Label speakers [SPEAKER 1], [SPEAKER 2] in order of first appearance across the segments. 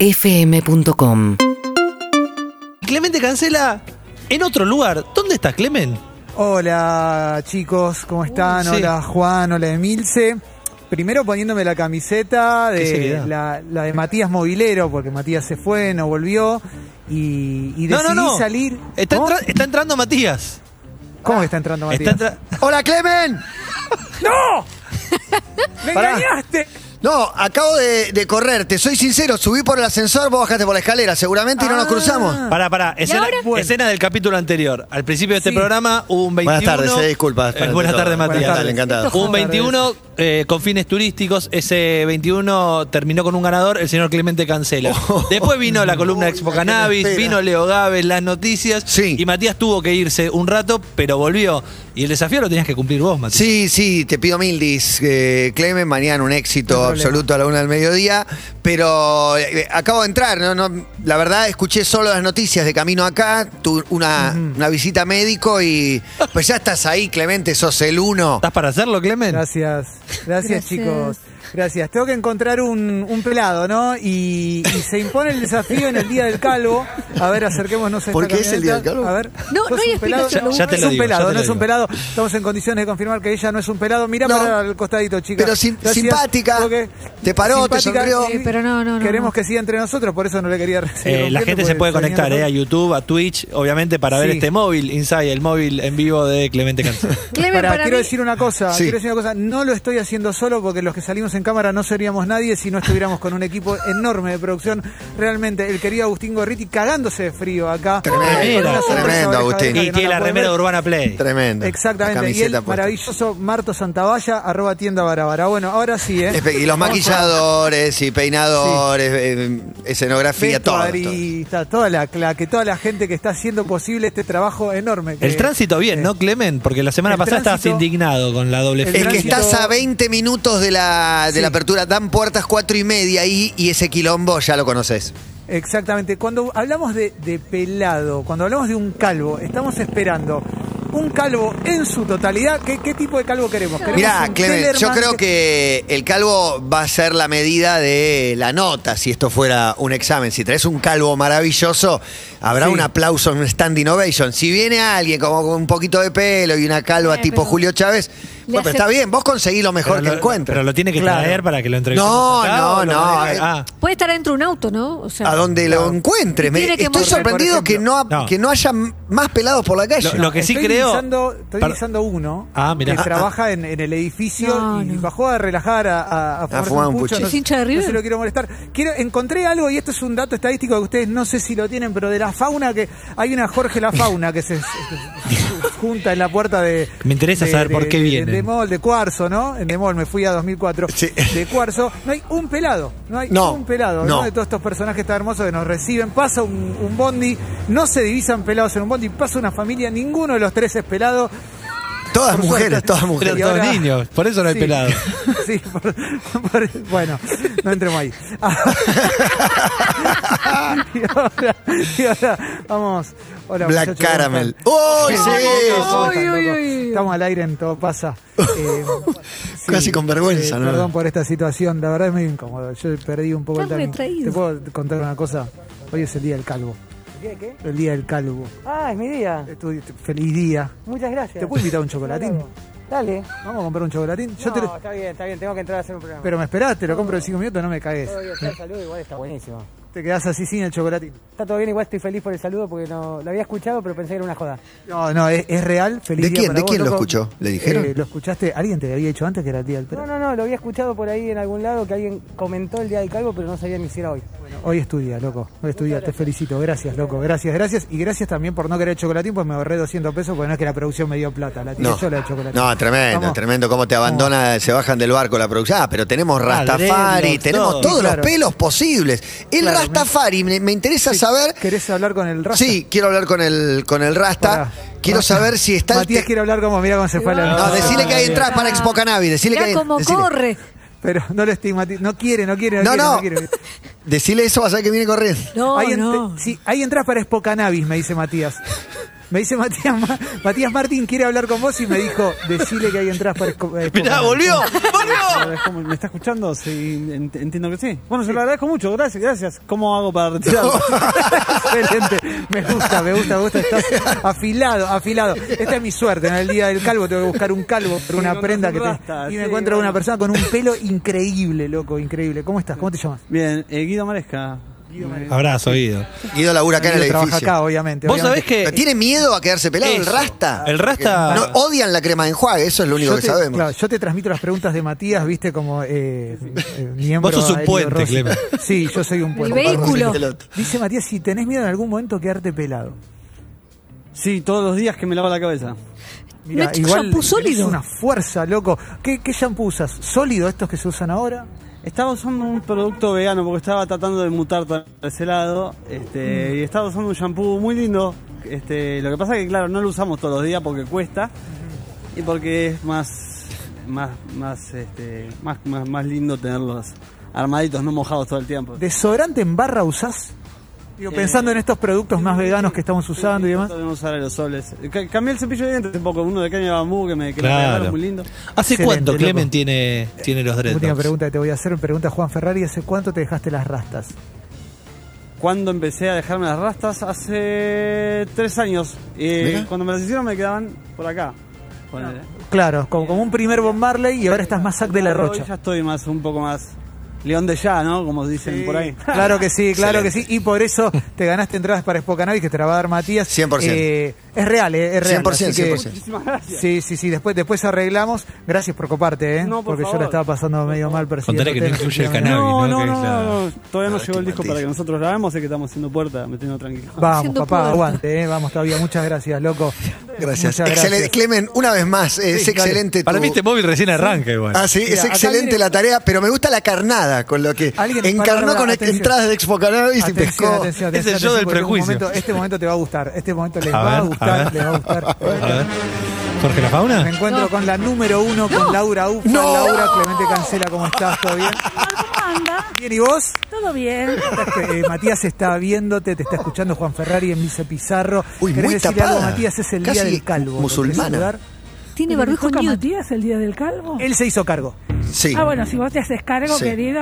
[SPEAKER 1] urbanaplayfm.com
[SPEAKER 2] Clemente Cancela en otro lugar. ¿Dónde estás, Clemen?
[SPEAKER 3] Hola chicos, ¿cómo están?
[SPEAKER 2] Uh, sí.
[SPEAKER 3] Hola Juan, hola Emilce. Primero poniéndome la camiseta
[SPEAKER 2] Qué
[SPEAKER 3] de
[SPEAKER 2] seriedad.
[SPEAKER 3] la, la de Matías Movilero, porque Matías se fue, no volvió. Y, y
[SPEAKER 2] no, no,
[SPEAKER 3] decidí
[SPEAKER 2] no.
[SPEAKER 3] salir.
[SPEAKER 2] Está,
[SPEAKER 3] ¿Cómo?
[SPEAKER 2] entra- está entrando Matías.
[SPEAKER 3] ¿Cómo que está entrando Matías?
[SPEAKER 2] Está entra-
[SPEAKER 4] ¡Hola, Clemen!
[SPEAKER 3] ¡No! ¡Me
[SPEAKER 4] Pará.
[SPEAKER 3] engañaste!
[SPEAKER 4] No, acabo de, de correr, te soy sincero, subí por el ascensor, vos bajaste por la escalera, seguramente y no nos
[SPEAKER 3] Ah.
[SPEAKER 4] cruzamos.
[SPEAKER 2] Pará, pará. Escena,
[SPEAKER 5] ahora?
[SPEAKER 2] Bueno. escena del capítulo anterior. Al principio de este
[SPEAKER 3] Sí.
[SPEAKER 2] programa hubo un 21...
[SPEAKER 4] Buenas tardes, eh, disculpas.
[SPEAKER 2] Eh, buenas tardes, Matías.
[SPEAKER 3] Buenas tardes,
[SPEAKER 4] encantado.
[SPEAKER 2] Un 21 eh, con fines turísticos, ese 21 terminó con un ganador, el señor Clemente Cancela. Después vino la columna
[SPEAKER 4] Uy,
[SPEAKER 2] Expo
[SPEAKER 4] la que me
[SPEAKER 2] Cannabis,
[SPEAKER 4] Oh. espera.
[SPEAKER 2] vino Leo Gávez, las noticias,
[SPEAKER 4] Sí.
[SPEAKER 2] y Matías tuvo que irse un rato, pero volvió. Y el desafío lo tenías que cumplir vos, Matías.
[SPEAKER 4] Sí, sí, te pido mil dis, eh, Clemen, mañana un éxito
[SPEAKER 3] No hay problema.
[SPEAKER 4] absoluto a la una del mediodía, pero eh, acabo de entrar, no, no, la verdad escuché solo las noticias de camino acá, tu- una, una visita médico y pues ya estás ahí, Clemente, sos el uno.
[SPEAKER 2] ¿Estás para hacerlo, Clemen?
[SPEAKER 3] Gracias, gracias,
[SPEAKER 5] Gracias.
[SPEAKER 3] chicos. Gracias. Tengo que encontrar un, un pelado, ¿no? Y, y se impone el desafío en el Día del Calvo. A ver, acerquémonos a esta
[SPEAKER 4] ¿Por qué es el Día del
[SPEAKER 3] camioneta.
[SPEAKER 4] Calvo?
[SPEAKER 3] A ver.
[SPEAKER 5] No,
[SPEAKER 3] ¿sos
[SPEAKER 5] no hay
[SPEAKER 3] un pelado?
[SPEAKER 5] explicación alguna. Ya- ya
[SPEAKER 2] te
[SPEAKER 3] es
[SPEAKER 2] lo
[SPEAKER 3] un
[SPEAKER 2] digo,
[SPEAKER 3] pelado,
[SPEAKER 2] ya te
[SPEAKER 3] no
[SPEAKER 2] lo
[SPEAKER 3] es un
[SPEAKER 2] digo.
[SPEAKER 3] pelado. Estamos en condiciones de confirmar que ella no es un pelado. Mirá
[SPEAKER 4] No.
[SPEAKER 3] para el costadito, chicas.
[SPEAKER 4] Pero sim-
[SPEAKER 3] Gracias.
[SPEAKER 4] simpática.
[SPEAKER 3] Porque-
[SPEAKER 4] Te paró, te sonrió.
[SPEAKER 5] Sí, pero no, no, no,
[SPEAKER 3] Queremos
[SPEAKER 5] no.
[SPEAKER 3] que siga entre nosotros, por eso no le quería
[SPEAKER 2] Eh,
[SPEAKER 3] recibir.
[SPEAKER 2] la gente se puede conectar eh, a YouTube, a Twitch, obviamente para ver
[SPEAKER 3] Sí.
[SPEAKER 2] este móvil, Inside, el móvil en vivo de Clemente Cancela.
[SPEAKER 5] Clemen,
[SPEAKER 3] Pará,
[SPEAKER 5] para,
[SPEAKER 3] quiero
[SPEAKER 5] mí,
[SPEAKER 3] decir una cosa,
[SPEAKER 4] Sí.
[SPEAKER 3] quiero decir una cosa, no lo estoy haciendo solo porque los que salimos en cámara no seríamos nadie si no estuviéramos con un equipo enorme de producción. Realmente, el querido Agustín Gorriti cagándose de frío acá.
[SPEAKER 4] Tremendo,
[SPEAKER 3] Con una sorpresa
[SPEAKER 4] tremendo,
[SPEAKER 3] oreja de
[SPEAKER 4] Agustín.
[SPEAKER 3] vaca que
[SPEAKER 2] y
[SPEAKER 3] no
[SPEAKER 2] tiene la
[SPEAKER 3] pueden
[SPEAKER 2] remera de
[SPEAKER 3] ver.
[SPEAKER 2] Urbana Play.
[SPEAKER 4] Tremendo. La
[SPEAKER 3] Exactamente, y el
[SPEAKER 4] camiseta puesta.
[SPEAKER 3] maravilloso Marto Santavalla, arroba tienda Barabara. Bueno, ahora sí, ¿eh?
[SPEAKER 4] Espe- Y los maquilladores y peinadores, eh, escenografía, todo. todo.
[SPEAKER 3] Vestuarista, toda la claque, toda la gente que está haciendo posible este trabajo enorme. que-
[SPEAKER 2] El tránsito bien, ¿no, Clemen? Porque la semana
[SPEAKER 3] el
[SPEAKER 2] pasada estabas
[SPEAKER 3] tránsito-
[SPEAKER 2] indignado con la doble
[SPEAKER 3] el
[SPEAKER 4] Es
[SPEAKER 2] fila.
[SPEAKER 4] que
[SPEAKER 3] tránsito-
[SPEAKER 4] estás a 20 minutos de la, de
[SPEAKER 3] Sí.
[SPEAKER 4] la apertura, dan puertas cuatro y media ahí y ese quilombo ya lo conoces.
[SPEAKER 3] Exactamente. Cuando hablamos de, de pelado, cuando hablamos de un calvo, estamos esperando un calvo en su totalidad. ¿Qué, qué tipo de calvo queremos? queremos
[SPEAKER 4] Mirá,
[SPEAKER 3] un
[SPEAKER 4] Clemen, yo
[SPEAKER 3] Kellerman
[SPEAKER 4] creo que el calvo va a ser la medida de la nota si esto fuera un examen. Si traes un calvo maravilloso, habrá
[SPEAKER 3] Sí.
[SPEAKER 4] un aplauso, un standing ovation. Si viene alguien como con un poquito de pelo y una calva
[SPEAKER 5] Eh,
[SPEAKER 4] tipo
[SPEAKER 5] pero-
[SPEAKER 4] Julio Chávez, bueno, pero
[SPEAKER 5] hace-
[SPEAKER 4] está bien, vos conseguís lo mejor
[SPEAKER 2] Pero
[SPEAKER 4] que
[SPEAKER 2] lo-
[SPEAKER 4] encuentres.
[SPEAKER 2] Pero lo tiene que
[SPEAKER 3] Claro.
[SPEAKER 2] traer para que lo entrevistemos.
[SPEAKER 4] No,
[SPEAKER 2] acá,
[SPEAKER 4] no,
[SPEAKER 2] ¿o lo
[SPEAKER 4] no,
[SPEAKER 2] maneja-
[SPEAKER 4] eh.
[SPEAKER 2] Ah,
[SPEAKER 5] puede estar adentro de un auto, ¿no? O sea,
[SPEAKER 4] A donde lo encuentres. Me-
[SPEAKER 5] Tiene que
[SPEAKER 4] estoy
[SPEAKER 5] morder, por
[SPEAKER 4] sorprendido que no, ha-
[SPEAKER 2] No.
[SPEAKER 4] que no haya m- más pelados por la calle.
[SPEAKER 2] Lo- lo que sí
[SPEAKER 3] estoy
[SPEAKER 2] creo-
[SPEAKER 3] Visando, estoy
[SPEAKER 2] Par-
[SPEAKER 3] visando uno
[SPEAKER 2] Ah, mirá.
[SPEAKER 3] que
[SPEAKER 2] Ah,
[SPEAKER 3] trabaja en, en el edificio
[SPEAKER 5] No,
[SPEAKER 3] y
[SPEAKER 5] no.
[SPEAKER 3] bajó a relajar, a, a, fumarse
[SPEAKER 4] fumar un pucho.
[SPEAKER 3] No,
[SPEAKER 4] ¿Es
[SPEAKER 5] hincha de River?
[SPEAKER 3] no se lo quiero molestar. Quiero, encontré algo, y esto es un dato estadístico que ustedes no sé si lo tienen, pero de la fauna que hay una Jorge la Fauna que se se- se junta en la puerta de.
[SPEAKER 2] Me interesa
[SPEAKER 3] de-
[SPEAKER 2] saber por
[SPEAKER 3] de-
[SPEAKER 2] qué
[SPEAKER 3] de-
[SPEAKER 2] vienen.
[SPEAKER 3] De Mol, de Cuarzo, ¿no? En De Mol, me fui a 2004.
[SPEAKER 4] Sí.
[SPEAKER 3] De Cuarzo. No hay un pelado. No hay
[SPEAKER 4] No,
[SPEAKER 3] un pelado.
[SPEAKER 4] no.
[SPEAKER 3] ¿no? De todos estos personajes tan hermosos que nos reciben. Pasa un, un bondi, no se divisan pelados en un bondi, pasa una familia, ninguno de los tres es pelado.
[SPEAKER 4] Todas
[SPEAKER 3] Por
[SPEAKER 4] mujeres,
[SPEAKER 3] suerte.
[SPEAKER 4] todas
[SPEAKER 2] pero
[SPEAKER 4] mujeres.
[SPEAKER 3] Y
[SPEAKER 2] todos
[SPEAKER 3] ahora-
[SPEAKER 2] niños, por eso no hay
[SPEAKER 3] Sí.
[SPEAKER 2] pelado.
[SPEAKER 3] Sí, por- por- bueno, no entremos ahí. y, ahora, y ahora, vamos. Hola,
[SPEAKER 4] Black
[SPEAKER 3] muchachos, ¿cómo
[SPEAKER 4] Caramel.
[SPEAKER 3] están?
[SPEAKER 4] ¡Uy,
[SPEAKER 3] ¿Cómo
[SPEAKER 4] sí!
[SPEAKER 3] están, cómo están,
[SPEAKER 5] Uy, uy,
[SPEAKER 3] loco?
[SPEAKER 5] uy.
[SPEAKER 3] Estamos al aire en todo pasa. Eh,
[SPEAKER 4] Casi con vergüenza, ¿no?
[SPEAKER 3] Perdón por esta situación, la verdad es muy incómodo. Yo perdí un poco el
[SPEAKER 5] Estás
[SPEAKER 3] timing.
[SPEAKER 5] retraído.
[SPEAKER 3] ¿Te puedo contar una cosa? Hoy es el día del calvo. El día del calvo.
[SPEAKER 6] Ah, es mi día.
[SPEAKER 3] Eh, tu- tu- Feliz día.
[SPEAKER 6] Muchas gracias.
[SPEAKER 3] ¿Te puedo invitar un chocolatín?
[SPEAKER 6] Dale.
[SPEAKER 3] Vamos a comprar un chocolatín. Yo
[SPEAKER 6] no,
[SPEAKER 3] te lo-
[SPEAKER 6] está bien, está bien. Tengo que entrar a hacer un programa.
[SPEAKER 3] Pero me esperás, te lo compro en 5 minutos, no me cagues.
[SPEAKER 6] Todo bien, está el saludo igual está buenísimo.
[SPEAKER 3] Te quedás así sin el chocolatín.
[SPEAKER 6] Está todo bien, igual estoy feliz por el saludo porque no lo había escuchado, pero pensé que era una joda.
[SPEAKER 3] No, no, es, es real. Feliz
[SPEAKER 4] ¿De
[SPEAKER 3] día
[SPEAKER 4] quién?
[SPEAKER 3] para
[SPEAKER 4] ¿De
[SPEAKER 3] vos,
[SPEAKER 4] quién lo
[SPEAKER 3] loco. Eh,
[SPEAKER 4] escuchó? ¿Le dijeron?
[SPEAKER 3] ¿Lo escuchaste? ¿Alguien te había dicho antes que era el día del
[SPEAKER 6] No,
[SPEAKER 3] perro?
[SPEAKER 6] no, no, lo había escuchado por ahí en algún lado que alguien comentó el día del calvo, pero no sabía ni si era hoy.
[SPEAKER 3] Hoy estudia, loco. Hoy estudia, te felicito. Gracias, loco. Gracias, gracias. Y gracias también por no querer chocolatín, pues me ahorré 200 pesos porque no es que la producción me dio plata. La tiré
[SPEAKER 4] No.
[SPEAKER 3] yo la de chocolatín.
[SPEAKER 4] No, tremendo,
[SPEAKER 3] Vamos.
[SPEAKER 4] tremendo. Cómo te abandona, se bajan del barco la producción. Ah, pero tenemos Rastafari,
[SPEAKER 2] dreadlocks,
[SPEAKER 4] tenemos
[SPEAKER 2] todo.
[SPEAKER 4] todos
[SPEAKER 3] Sí, claro.
[SPEAKER 4] los pelos posibles. El
[SPEAKER 3] Claro,
[SPEAKER 4] Rastafari, me, me interesa saber.
[SPEAKER 3] ¿Querés hablar con el Rasta?
[SPEAKER 4] Sí, quiero hablar con el, con el Rasta.
[SPEAKER 3] Pará.
[SPEAKER 4] Quiero
[SPEAKER 3] Rasta.
[SPEAKER 4] saber si está. el
[SPEAKER 3] Matías
[SPEAKER 4] te-
[SPEAKER 3] quiere hablar como mira cómo se fue la
[SPEAKER 4] No, decile que hay
[SPEAKER 5] bien.
[SPEAKER 4] entradas para Expo Cannabis. Decile
[SPEAKER 5] mirá
[SPEAKER 4] que hay-
[SPEAKER 5] cómo
[SPEAKER 4] decile.
[SPEAKER 5] corre.
[SPEAKER 3] Pero no lo estigmatiza. No quiere, no quiere, no,
[SPEAKER 4] No,
[SPEAKER 3] quiere,
[SPEAKER 4] no.
[SPEAKER 3] no quiere.
[SPEAKER 4] Decile eso, vas a ver que viene corriendo.
[SPEAKER 5] No,
[SPEAKER 3] Hay ent-
[SPEAKER 5] no.
[SPEAKER 3] sí, hay entradas para Expo Cannabis, me dice Matías. Me dice Matías, Ma- Matías Martín quiere hablar con vos y me dijo, decile que hay entradas para Esco- eh, Escobar.
[SPEAKER 2] Mirá, volvió,
[SPEAKER 1] Lo
[SPEAKER 2] volvió.
[SPEAKER 1] agradezco- ¿Me está escuchando? Sí, ent- entiendo que sí. Bueno, se lo agradezco mucho. Gracias, gracias. ¿Cómo hago para retirar?
[SPEAKER 3] Excelente. Me gusta, me gusta, me gusta. Estás afilado, afilado. Esta es mi suerte. En el día del calvo tengo que buscar un calvo por una
[SPEAKER 1] encontrás
[SPEAKER 3] prenda
[SPEAKER 1] un
[SPEAKER 3] que te-
[SPEAKER 1] rasta,
[SPEAKER 3] Y
[SPEAKER 1] sí,
[SPEAKER 3] me encuentro
[SPEAKER 1] bueno.
[SPEAKER 3] una persona con un pelo increíble, loco, increíble. ¿Cómo estás? ¿Cómo te llamas?
[SPEAKER 1] Bien, eh, Guido Maresca.
[SPEAKER 2] Abrazo, Guido.
[SPEAKER 4] Guido labura acá en el
[SPEAKER 3] Yo trabajo
[SPEAKER 4] edificio.
[SPEAKER 3] acá, obviamente.
[SPEAKER 2] Vos
[SPEAKER 3] obviamente.
[SPEAKER 2] sabés que.
[SPEAKER 4] Pero ¿Tiene miedo a quedarse pelado el
[SPEAKER 2] Eso.
[SPEAKER 4] rasta?
[SPEAKER 2] El rasta-
[SPEAKER 4] No, odian la crema de enjuague, eso es lo único
[SPEAKER 3] Yo
[SPEAKER 4] que
[SPEAKER 3] te,
[SPEAKER 4] sabemos.
[SPEAKER 3] claro, yo te transmito las preguntas de Matías, viste, como eh, eh, miembro.
[SPEAKER 2] Vos sos un
[SPEAKER 3] aéreo
[SPEAKER 2] puente,
[SPEAKER 3] Rossi.
[SPEAKER 2] Clemen.
[SPEAKER 3] Sí, yo soy un puente.
[SPEAKER 4] este
[SPEAKER 5] vehículo.
[SPEAKER 3] Dice Matías, si tenés miedo en algún momento quedarte pelado.
[SPEAKER 1] Sí, todos los días que me lavo la cabeza.
[SPEAKER 3] Mirá,
[SPEAKER 5] No, es un shampoo
[SPEAKER 3] tenés
[SPEAKER 5] sólido.
[SPEAKER 3] una fuerza, loco. ¿Qué, ¿Qué shampoo usas? ¿Sólido estos que se usan ahora?
[SPEAKER 1] Estaba usando un producto vegano porque estaba tratando de mutar para ese lado. Este, Y estaba usando un shampoo muy lindo. Este, lo que pasa es que, claro, no lo usamos todos los días porque cuesta. Y porque es más más más, este, más, más, más lindo tenerlos armaditos, no mojados todo el tiempo.
[SPEAKER 3] ¿Desodorante en barra usás?
[SPEAKER 1] Eh,
[SPEAKER 3] Digo, pensando en estos productos más veganos que estamos usando y demás.
[SPEAKER 1] Trato de no usar aerosoles. Ca- cambié el cepillo de dientes un poco, uno de caña de bambú que me que me regalaron,
[SPEAKER 2] Claro.
[SPEAKER 1] muy lindo.
[SPEAKER 2] ¿Hace
[SPEAKER 3] Excelente,
[SPEAKER 2] cuánto
[SPEAKER 3] loco.
[SPEAKER 2] Clemen tiene, tiene los
[SPEAKER 3] Última
[SPEAKER 2] dreadlocks?
[SPEAKER 3] pregunta que te voy a hacer, pregunta Juan Ferrari, ¿hace cuánto te dejaste las rastas?
[SPEAKER 1] Cuando empecé a dejarme las rastas hace tres años. Eh,
[SPEAKER 4] Mirá.
[SPEAKER 1] cuando me las hicieron me quedaban por acá. Ponele.
[SPEAKER 3] Claro, como, como un primer Bob Marley y ahora estás más sac de la
[SPEAKER 1] Hoy
[SPEAKER 3] rocha.
[SPEAKER 1] Ya estoy más, un poco más león de ya, ¿no? Como dicen por ahí.
[SPEAKER 3] Claro que sí, claro que sí. Y por eso te ganaste entradas para Expo Cannabis, que te la va a dar Matías.
[SPEAKER 4] 100%.
[SPEAKER 3] Eh, es real, eh, es real.
[SPEAKER 4] 100%,
[SPEAKER 3] así que-
[SPEAKER 4] 100%.
[SPEAKER 1] Muchísimas gracias.
[SPEAKER 3] Sí, sí, sí. Después, después arreglamos. Gracias por coparte, ¿eh?
[SPEAKER 1] No, por
[SPEAKER 3] Porque yo
[SPEAKER 1] favor.
[SPEAKER 3] la estaba pasando medio mal.
[SPEAKER 2] Contale que no
[SPEAKER 3] persiguiéndote.
[SPEAKER 2] incluye el cannabis. ¿no?
[SPEAKER 1] No, no,
[SPEAKER 2] Que
[SPEAKER 1] no,
[SPEAKER 2] es la-
[SPEAKER 1] no, no. Todavía no
[SPEAKER 4] Ah,
[SPEAKER 1] llegó el
[SPEAKER 4] qué
[SPEAKER 1] disco para
[SPEAKER 4] matiz.
[SPEAKER 1] que nosotros grabemos, es que estamos haciendo puerta, metiendo tranquilo.
[SPEAKER 3] Vamos,
[SPEAKER 5] Haciendo
[SPEAKER 3] papá,
[SPEAKER 5] puerta.
[SPEAKER 3] aguante, ¿eh? Vamos todavía. Muchas gracias, loco.
[SPEAKER 4] Gracias.
[SPEAKER 3] Muchas
[SPEAKER 4] Excelente. Clemen, una vez más, es
[SPEAKER 3] Sí, dale.
[SPEAKER 4] excelente.
[SPEAKER 2] Para
[SPEAKER 4] tu-
[SPEAKER 2] mí este móvil recién arranca igual.
[SPEAKER 4] Ah, sí,
[SPEAKER 3] Mira,
[SPEAKER 4] es
[SPEAKER 3] acá
[SPEAKER 4] excelente
[SPEAKER 3] viene-
[SPEAKER 4] la tarea, pero me gusta la carnada con lo que
[SPEAKER 3] Alguien- pará,
[SPEAKER 4] encarnó
[SPEAKER 3] pará,
[SPEAKER 4] con
[SPEAKER 3] atención.
[SPEAKER 4] entradas de Expo Cannabis y
[SPEAKER 3] Atención,
[SPEAKER 4] pescó.
[SPEAKER 3] atención,
[SPEAKER 2] Es el
[SPEAKER 3] atención,
[SPEAKER 2] yo del
[SPEAKER 3] porque tengo un
[SPEAKER 2] prejuicio.
[SPEAKER 3] momento- este momento te va a gustar. Este momento les
[SPEAKER 2] A
[SPEAKER 3] va a
[SPEAKER 2] ver, a
[SPEAKER 3] gustar,
[SPEAKER 2] ver.
[SPEAKER 3] les va a gustar.
[SPEAKER 2] A ver. ¿Jorge La
[SPEAKER 3] Me
[SPEAKER 2] Fauna?
[SPEAKER 3] encuentro con la número uno, con Laura Ufa.
[SPEAKER 4] No.
[SPEAKER 3] Laura Clemente Cancela, ¿cómo estás? ¿Todo bien?
[SPEAKER 7] ¿Cómo anda?
[SPEAKER 3] Bien, ¿y vos?
[SPEAKER 7] Todo bien.
[SPEAKER 3] Eh, Matías está viéndote, te está escuchando Juan Ferrari en Vice Pizarro.
[SPEAKER 4] Uy,
[SPEAKER 3] ¿Querés
[SPEAKER 4] muy
[SPEAKER 3] decir
[SPEAKER 4] tapada.
[SPEAKER 3] algo, Matías? Es el día
[SPEAKER 4] Casi
[SPEAKER 3] del calvo.
[SPEAKER 4] musulmana.
[SPEAKER 3] ¿Lo querés saludar?
[SPEAKER 5] Tiene
[SPEAKER 7] ¿Le
[SPEAKER 5] barbijo
[SPEAKER 7] toca a
[SPEAKER 5] nude.
[SPEAKER 7] Matías el día del calvo?
[SPEAKER 3] Él se hizo cargo.
[SPEAKER 4] Sí.
[SPEAKER 7] Ah, bueno, si vos te haces cargo,
[SPEAKER 4] Sí.
[SPEAKER 7] querido,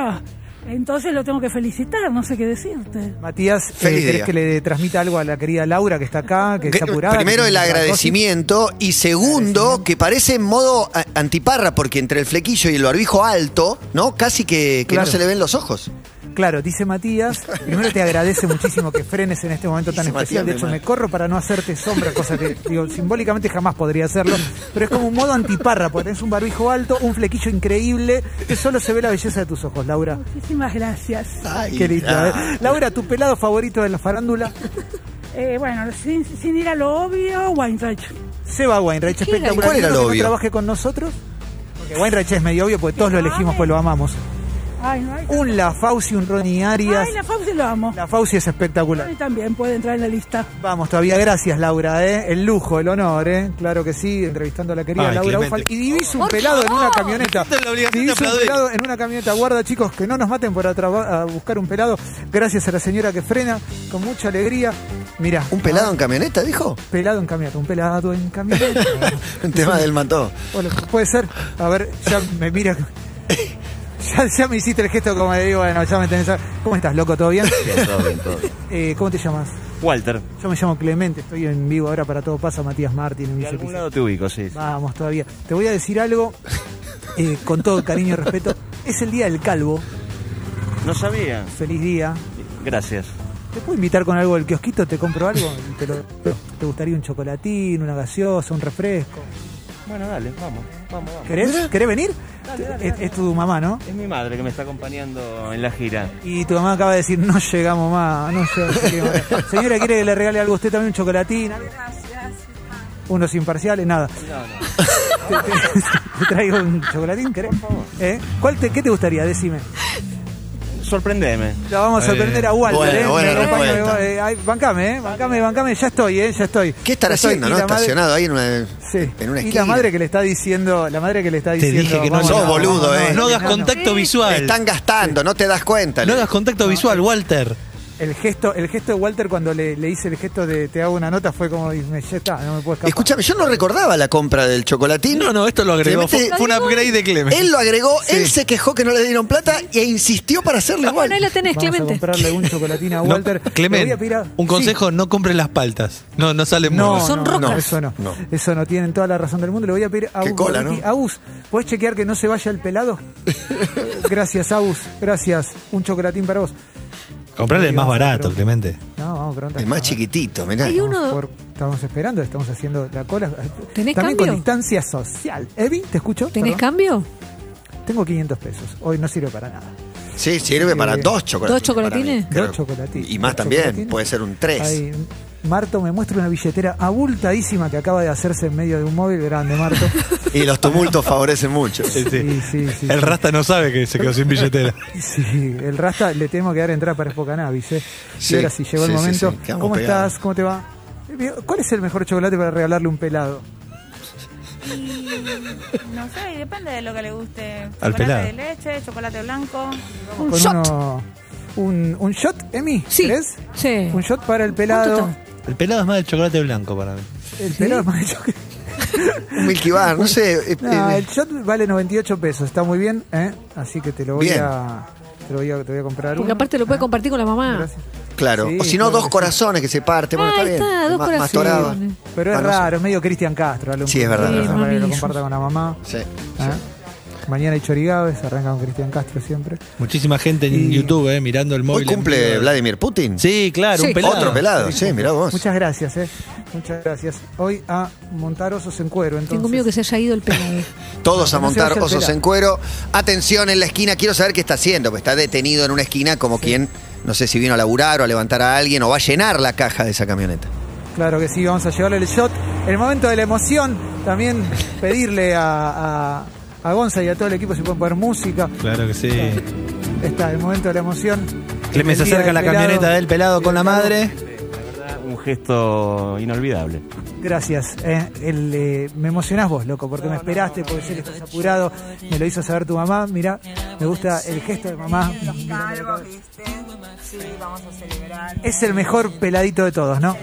[SPEAKER 7] entonces lo tengo que felicitar, no sé qué decirte.
[SPEAKER 3] Matías, eh,
[SPEAKER 4] Feliz
[SPEAKER 3] ¿querés
[SPEAKER 4] día.
[SPEAKER 3] que le transmita algo a la querida Laura que está acá, que está
[SPEAKER 4] Gr-
[SPEAKER 3] apurada?
[SPEAKER 4] Primero
[SPEAKER 3] que
[SPEAKER 4] el
[SPEAKER 3] tiene otra cosa?
[SPEAKER 4] agradecimiento y segundo que parece en modo a- antiparra porque entre el flequillo y el barbijo alto, ¿no? Casi que, que
[SPEAKER 3] Claro.
[SPEAKER 4] no se le ven los ojos.
[SPEAKER 3] Claro, dice Matías, primero te agradece muchísimo que frenes en este momento tan
[SPEAKER 4] Dice
[SPEAKER 3] especial.
[SPEAKER 4] Matías,
[SPEAKER 3] De hecho,
[SPEAKER 4] mi
[SPEAKER 3] me
[SPEAKER 4] madre.
[SPEAKER 3] corro para no hacerte sombra, cosa que digo, simbólicamente jamás podría hacerlo. Pero es como un modo antiparra, porque tenés un barbijo alto, un flequillo increíble, que solo se ve la belleza de tus ojos, Laura.
[SPEAKER 7] Muchísimas gracias.
[SPEAKER 4] Ay,
[SPEAKER 3] Qué linda, ¿eh?
[SPEAKER 4] ah.
[SPEAKER 3] Laura, ¿tu pelado favorito de la farándula?
[SPEAKER 7] Eh, bueno, sin, sin ir a lo obvio, Weinreich.
[SPEAKER 3] Seba Weinreich,
[SPEAKER 5] ¿Quién era?
[SPEAKER 3] espectacular.
[SPEAKER 4] ¿Cuál era
[SPEAKER 3] ¿Quién
[SPEAKER 4] lo
[SPEAKER 3] que no
[SPEAKER 4] obvio?
[SPEAKER 3] trabaje con nosotros? Porque Weinreich es medio obvio, porque todos lo elegimos, pues lo amamos.
[SPEAKER 7] Ay, no hay...
[SPEAKER 3] Un La Fauci, un Ronnie Arias.
[SPEAKER 7] Ay, la Fauci lo amo.
[SPEAKER 3] La Fauci es espectacular.
[SPEAKER 7] Ay, también puede entrar en la lista.
[SPEAKER 3] Vamos, todavía gracias, Laura, ¿eh? El lujo, el honor, ¿eh? Claro que sí, entrevistando a la querida
[SPEAKER 2] Ay,
[SPEAKER 3] Laura
[SPEAKER 2] Clemente.
[SPEAKER 3] Ufal. Y divís un
[SPEAKER 5] Por
[SPEAKER 3] pelado en
[SPEAKER 5] favor.
[SPEAKER 3] una camioneta.
[SPEAKER 2] Esta es la obligación
[SPEAKER 3] Divís
[SPEAKER 2] de
[SPEAKER 3] un
[SPEAKER 2] aplaudir.
[SPEAKER 3] pelado en una camioneta. Guarda, chicos, que no nos maten por atraba- a buscar un pelado. Gracias a la señora que frena con mucha alegría. Mirá.
[SPEAKER 4] ¿Un pelado en camioneta, dijo?
[SPEAKER 3] Pelado en camioneta, un pelado en camioneta.
[SPEAKER 4] Un tema del mató.
[SPEAKER 3] Hola, puede ser. A ver, ya me mira. Ya, ya me hiciste el gesto como de digo, bueno, ya me tenés. a- ¿Cómo estás, loco? ¿Todo bien?
[SPEAKER 8] Todo bien, todo bien.
[SPEAKER 3] Eh, ¿Cómo te llamas?
[SPEAKER 8] Walter,
[SPEAKER 3] Yo me llamo Clemente, estoy en vivo ahora para todo pasa Matías Martín en
[SPEAKER 8] de
[SPEAKER 3] Vice
[SPEAKER 8] algún
[SPEAKER 3] Pizarro.
[SPEAKER 8] lado te ubico, sí.
[SPEAKER 3] Vamos, todavía. Te voy a decir algo eh, con todo cariño y respeto. Es el día del calvo.
[SPEAKER 8] No sabía.
[SPEAKER 3] Feliz día.
[SPEAKER 8] Gracias.
[SPEAKER 3] ¿Te puedo invitar con algo del kiosquito? ¿Te compro algo? ¿Te, lo- te gustaría un chocolatín, una gaseosa, un refresco?
[SPEAKER 8] Bueno, dale, vamos, vamos, vamos.
[SPEAKER 3] ¿Querés, ¿Querés venir? es, es tu mamá, ¿no?
[SPEAKER 8] Es mi madre que me está acompañando en la gira.
[SPEAKER 3] Y tu mamá acaba de decir, no llegamos más, no llegamos. Señora, ¿quiere que le regale algo a usted también? ¿Un chocolatín? algo? Unos imparciales, nada. Te, te- te traigo un chocolatín, ¿querés? ¿Eh? ¿Cuál te, ¿Qué te gustaría? Decime.
[SPEAKER 8] Sorprendeme.
[SPEAKER 3] La vamos a
[SPEAKER 2] Eh,
[SPEAKER 3] sorprender a Walter,
[SPEAKER 4] bueno,
[SPEAKER 3] ¿eh? Me
[SPEAKER 4] buena
[SPEAKER 3] acompaña,
[SPEAKER 4] respuesta.
[SPEAKER 3] eh, ay, bancame, ¿eh? Bancame, bancame, ya estoy, ¿eh? Ya estoy.
[SPEAKER 4] ¿Qué estará
[SPEAKER 3] Ya estoy.
[SPEAKER 4] haciendo,
[SPEAKER 3] Y
[SPEAKER 4] no?
[SPEAKER 3] la madre-
[SPEAKER 4] Estacionado ahí en una,
[SPEAKER 3] Sí.
[SPEAKER 4] en una
[SPEAKER 3] y
[SPEAKER 4] esquina.
[SPEAKER 3] la madre que le está diciendo, la madre que le está
[SPEAKER 2] Te
[SPEAKER 3] diciendo.
[SPEAKER 2] dije que no.
[SPEAKER 3] vamos,
[SPEAKER 4] Sos boludo,
[SPEAKER 2] no,
[SPEAKER 4] eh.
[SPEAKER 2] No hagas
[SPEAKER 3] no, no.
[SPEAKER 2] contacto visual.
[SPEAKER 4] Están gastando, no te das cuenta.
[SPEAKER 2] No hagas contacto visual, Walter.
[SPEAKER 3] El gesto, el gesto de Walter cuando le, le hice el gesto de te hago una nota fue como, dime, ya está, no me puedo escapar.
[SPEAKER 4] Escúchame, yo no recordaba la compra del chocolatín.
[SPEAKER 2] No, no, esto lo agregó. Fue,
[SPEAKER 4] Clemente-
[SPEAKER 2] fue un upgrade de Clemen.
[SPEAKER 4] Él lo agregó, él se quejó que no le dieron plata e insistió para hacerlo igual.
[SPEAKER 5] Ah, Bueno, ahí lo
[SPEAKER 3] Vamos
[SPEAKER 5] tenés,
[SPEAKER 3] a
[SPEAKER 5] Clemente.
[SPEAKER 3] comprarle un chocolatín a Walter.
[SPEAKER 2] No,
[SPEAKER 3] Le
[SPEAKER 2] Clemen,
[SPEAKER 3] voy a pedir a-
[SPEAKER 2] un
[SPEAKER 3] Sí.
[SPEAKER 2] consejo, no compres las paltas. No, no salen
[SPEAKER 3] No,
[SPEAKER 2] muy
[SPEAKER 3] no,
[SPEAKER 5] Son rocas.
[SPEAKER 3] no, eso no,
[SPEAKER 4] No.
[SPEAKER 3] Eso no, tienen toda la razón del mundo. Le voy a pedir a
[SPEAKER 4] Qué
[SPEAKER 3] Agus.
[SPEAKER 4] cola,
[SPEAKER 3] Gorriti.
[SPEAKER 4] ¿no?
[SPEAKER 3] Agus, ¿podés chequear que no se vaya el pelado? gracias, Agus. Gracias. Un chocolatín para vos.
[SPEAKER 2] Comprar el más barato, Clemente.
[SPEAKER 3] No, vamos a preguntar.
[SPEAKER 4] El más
[SPEAKER 3] A ver.
[SPEAKER 4] chiquitito, mirá.
[SPEAKER 5] Hay uno-
[SPEAKER 3] Estamos por- Estamos esperando, estamos haciendo la cola. También
[SPEAKER 5] ¿Tenés cambio?
[SPEAKER 3] con distancia social. Evi, ¿te escucho?
[SPEAKER 5] ¿Tenés
[SPEAKER 3] Perdón.
[SPEAKER 5] cambio?
[SPEAKER 3] Tengo 500 pesos. Hoy no sirve para nada.
[SPEAKER 4] Sí, sirve para
[SPEAKER 3] Eh,
[SPEAKER 4] dos chocolatines.
[SPEAKER 5] ¿dos chocolatines?
[SPEAKER 4] para mí, creo.
[SPEAKER 3] Dos chocolatines.
[SPEAKER 4] Y más
[SPEAKER 3] Dos
[SPEAKER 4] también,
[SPEAKER 3] chocolatines.
[SPEAKER 4] puede ser un tres.
[SPEAKER 3] Ahí, Marto me muestra una billetera abultadísima que acaba de hacerse en medio de un móvil. Grande, Marto.
[SPEAKER 4] Y los tumultos favorecen mucho.
[SPEAKER 3] Sí, sí, sí.
[SPEAKER 2] El Rasta no sabe que se quedó sin billetera.
[SPEAKER 3] Sí, el Rasta le tenemos que dar entrada para Expo Cannabis, ¿eh?
[SPEAKER 4] Sí,
[SPEAKER 3] y ahora sí, llegó el
[SPEAKER 4] sí, sí,
[SPEAKER 3] momento.
[SPEAKER 4] sí, quedamos
[SPEAKER 3] ¿Cómo
[SPEAKER 4] pegados.
[SPEAKER 3] estás? ¿Cómo te va? Eh, ¿Cuál es el mejor chocolate para regalarle un pelado?
[SPEAKER 7] No sé, depende de lo que le guste.
[SPEAKER 2] Al
[SPEAKER 7] chocolate
[SPEAKER 2] pelado.
[SPEAKER 7] de leche, chocolate blanco.
[SPEAKER 5] Un
[SPEAKER 3] Con
[SPEAKER 5] shot.
[SPEAKER 3] uno- un, un shot, Emi?
[SPEAKER 5] Sí.
[SPEAKER 3] ¿Querés?
[SPEAKER 5] Sí.
[SPEAKER 3] Un shot para el pelado.
[SPEAKER 5] ¿Cuánto
[SPEAKER 2] El pelado es más del chocolate blanco para mí.
[SPEAKER 3] El pelado es más de chocolate.
[SPEAKER 4] Un Milky Bar, no sé. eh,
[SPEAKER 3] No,
[SPEAKER 4] eh,
[SPEAKER 3] el shot vale 98 pesos, está muy bien, ¿eh? Así que te lo voy
[SPEAKER 4] Bien.
[SPEAKER 3] a. Te lo voy a, te voy a comprar
[SPEAKER 5] Porque
[SPEAKER 3] uno.
[SPEAKER 5] aparte lo puede
[SPEAKER 3] Ah,
[SPEAKER 5] compartir con la mamá.
[SPEAKER 3] Gracias.
[SPEAKER 4] claro.
[SPEAKER 3] Sí,
[SPEAKER 4] o si no,
[SPEAKER 3] claro
[SPEAKER 4] dos
[SPEAKER 3] que sí.
[SPEAKER 4] corazones que se parten. Bueno,
[SPEAKER 5] Ah,
[SPEAKER 4] está
[SPEAKER 5] ahí
[SPEAKER 4] bien.
[SPEAKER 5] está, dos
[SPEAKER 4] Ma-
[SPEAKER 5] corazones.
[SPEAKER 4] mastorado.
[SPEAKER 3] Pero es
[SPEAKER 4] Ah, no sé.
[SPEAKER 3] raro, es medio Cristian Castro. algo
[SPEAKER 4] Sí, es verdad,
[SPEAKER 3] para
[SPEAKER 4] es
[SPEAKER 5] verdad.
[SPEAKER 3] que lo comparta con la mamá.
[SPEAKER 4] Sí.
[SPEAKER 3] ¿eh? Mañana hay chorigaves, arranca con Cristian Castro siempre.
[SPEAKER 2] Muchísima gente en
[SPEAKER 3] Y-
[SPEAKER 2] YouTube, eh, mirando el
[SPEAKER 4] Hoy
[SPEAKER 2] móvil. en
[SPEAKER 4] cumple
[SPEAKER 2] vivo.
[SPEAKER 4] Vladimir Putin.
[SPEAKER 2] Sí, claro,
[SPEAKER 5] Sí.
[SPEAKER 2] un pelado.
[SPEAKER 4] Otro pelado, sí, mirá vos.
[SPEAKER 3] Muchas gracias, eh. Muchas gracias. Hoy a montar osos en cuero, entonces.
[SPEAKER 5] Tengo miedo que se haya ido el pelado.
[SPEAKER 4] Todos a
[SPEAKER 3] No se
[SPEAKER 4] montar
[SPEAKER 3] vaya el
[SPEAKER 4] osos
[SPEAKER 3] pelado.
[SPEAKER 4] en cuero. Atención en la esquina, quiero saber qué está haciendo, porque está detenido en una esquina como quien, no sé si vino a laburar o a levantar a alguien o va a llenar la caja de esa camioneta.
[SPEAKER 3] Claro que sí, vamos a llevarle el shot. El momento de la emoción, también pedirle a, a, a Gonza y a todo el equipo si pueden poner música.
[SPEAKER 2] Claro que sí.
[SPEAKER 3] Está, el momento de la emoción.
[SPEAKER 2] Clemen se
[SPEAKER 3] El día
[SPEAKER 2] acerca a
[SPEAKER 3] del
[SPEAKER 2] la
[SPEAKER 3] pelado.
[SPEAKER 2] camioneta del pelado con la madre.
[SPEAKER 8] Ah, Un gesto inolvidable.
[SPEAKER 3] Gracias. eh. El, eh, me emocionás vos, loco, porque me esperaste, porque sé que estás apurado. Me lo hizo saber tu mamá. Mirá, me gusta el gesto de mamá.
[SPEAKER 7] ¿viste? Sí, vamos a celebrar.
[SPEAKER 3] Es el mejor peladito de todos, ¿no?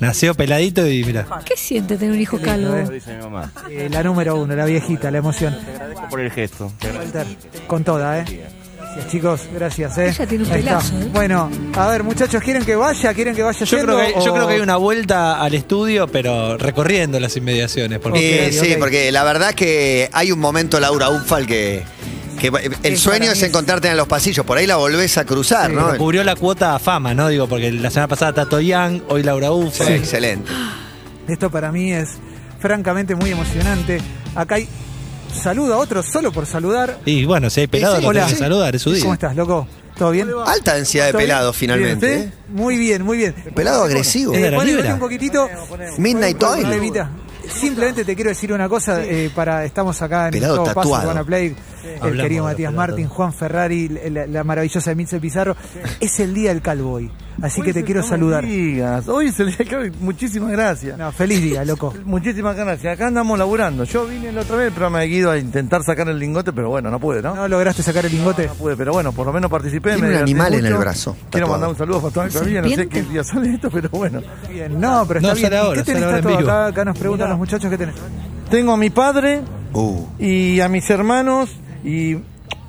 [SPEAKER 2] Nació peladito y mira.
[SPEAKER 5] ¿Qué siente tener un hijo
[SPEAKER 3] lindo,
[SPEAKER 5] calvo?
[SPEAKER 8] Lo dice mi mamá.
[SPEAKER 3] Eh, la número uno, la viejita, la emoción.
[SPEAKER 8] Te agradezco por el gesto. Te agradezco.
[SPEAKER 3] Walter, con toda, ¿eh? Gracias, chicos, gracias, ¿eh?
[SPEAKER 5] Ella tiene un
[SPEAKER 3] Ahí está.
[SPEAKER 5] pelazo, ¿eh?
[SPEAKER 3] Bueno, a ver, muchachos, ¿quieren que vaya? ¿Quieren que vaya
[SPEAKER 2] Yo
[SPEAKER 3] yendo
[SPEAKER 2] creo, que, yo
[SPEAKER 3] o-
[SPEAKER 2] creo que hay una vuelta al estudio, pero recorriendo las inmediaciones. Porque
[SPEAKER 4] Eh,
[SPEAKER 3] ok.
[SPEAKER 4] sí, porque la verdad que hay un momento, Laura Ufal, que, que el
[SPEAKER 3] Es
[SPEAKER 4] sueño
[SPEAKER 3] para
[SPEAKER 4] es
[SPEAKER 3] mí.
[SPEAKER 4] encontrarte en los pasillos. Por ahí la volvés a cruzar,
[SPEAKER 3] Sí,
[SPEAKER 4] ¿no?
[SPEAKER 2] cubrió la cuota fama, ¿no? Digo, porque la semana pasada Tato Yang, hoy Laura
[SPEAKER 4] Sí,
[SPEAKER 2] Ufa.
[SPEAKER 4] Excelente.
[SPEAKER 3] Esto para mí es francamente muy emocionante. Acá hay saludo a otros solo por saludar.
[SPEAKER 2] Y bueno, si hay pelado,
[SPEAKER 4] Sí,
[SPEAKER 2] lo
[SPEAKER 3] hola.
[SPEAKER 2] tenés que saludar, es su día.
[SPEAKER 3] ¿Cómo estás, loco? ¿Todo bien?
[SPEAKER 4] Alta densidad de
[SPEAKER 3] ¿Todo bien?
[SPEAKER 4] pelado,
[SPEAKER 3] Bien,
[SPEAKER 4] finalmente.
[SPEAKER 3] ¿sí? Muy bien, muy bien.
[SPEAKER 4] ¿eh? Pelado agresivo.
[SPEAKER 2] Eh, ¿Era
[SPEAKER 3] ¿puedes
[SPEAKER 2] libre?
[SPEAKER 3] poner un poquitito?
[SPEAKER 4] Midnight
[SPEAKER 3] Ponle
[SPEAKER 4] Oil.
[SPEAKER 3] un temita. Simplemente te quiero decir una cosa, eh, para estamos acá en
[SPEAKER 4] Pelado
[SPEAKER 3] todo paso,
[SPEAKER 4] tatuado.
[SPEAKER 3] Juana Play, el
[SPEAKER 2] Hablamos
[SPEAKER 3] querido
[SPEAKER 2] de
[SPEAKER 3] Matías
[SPEAKER 2] pelado.
[SPEAKER 3] Martín, Juan Ferrari, la, la maravillosa Emilce Pizarro. Es el día del cowboy, así que te quiero saludar.
[SPEAKER 9] Digas. Hoy es el día que hoy. Muchísimas gracias.
[SPEAKER 3] No, feliz día, loco.
[SPEAKER 9] Muchísimas gracias. Acá andamos laburando. Yo vine la otra vez al programa de Guido a intentar sacar el lingote, pero bueno, no pude, ¿no? No,
[SPEAKER 3] No lograste sacar el lingote.
[SPEAKER 9] pude, pero bueno, por lo menos participé.
[SPEAKER 4] Tiene un
[SPEAKER 9] divertí
[SPEAKER 4] animal en el brazo,
[SPEAKER 9] Quiero
[SPEAKER 4] tatuado.
[SPEAKER 9] mandar un saludo para toda mi familia. No sé
[SPEAKER 5] serpiente?
[SPEAKER 9] qué día sale esto, pero bueno.
[SPEAKER 3] Bien, no, pero está
[SPEAKER 2] No,
[SPEAKER 3] bien.
[SPEAKER 2] sale
[SPEAKER 3] ¿Y
[SPEAKER 2] ahora,
[SPEAKER 3] ¿Qué tenés
[SPEAKER 2] sale ahora en
[SPEAKER 3] tatuado?
[SPEAKER 2] vivo.
[SPEAKER 3] Acá, acá nos preguntan
[SPEAKER 9] Mirá.
[SPEAKER 3] los muchachos qué tenés.
[SPEAKER 9] Tengo a mi padre
[SPEAKER 4] Uh,
[SPEAKER 9] y a mis hermanos y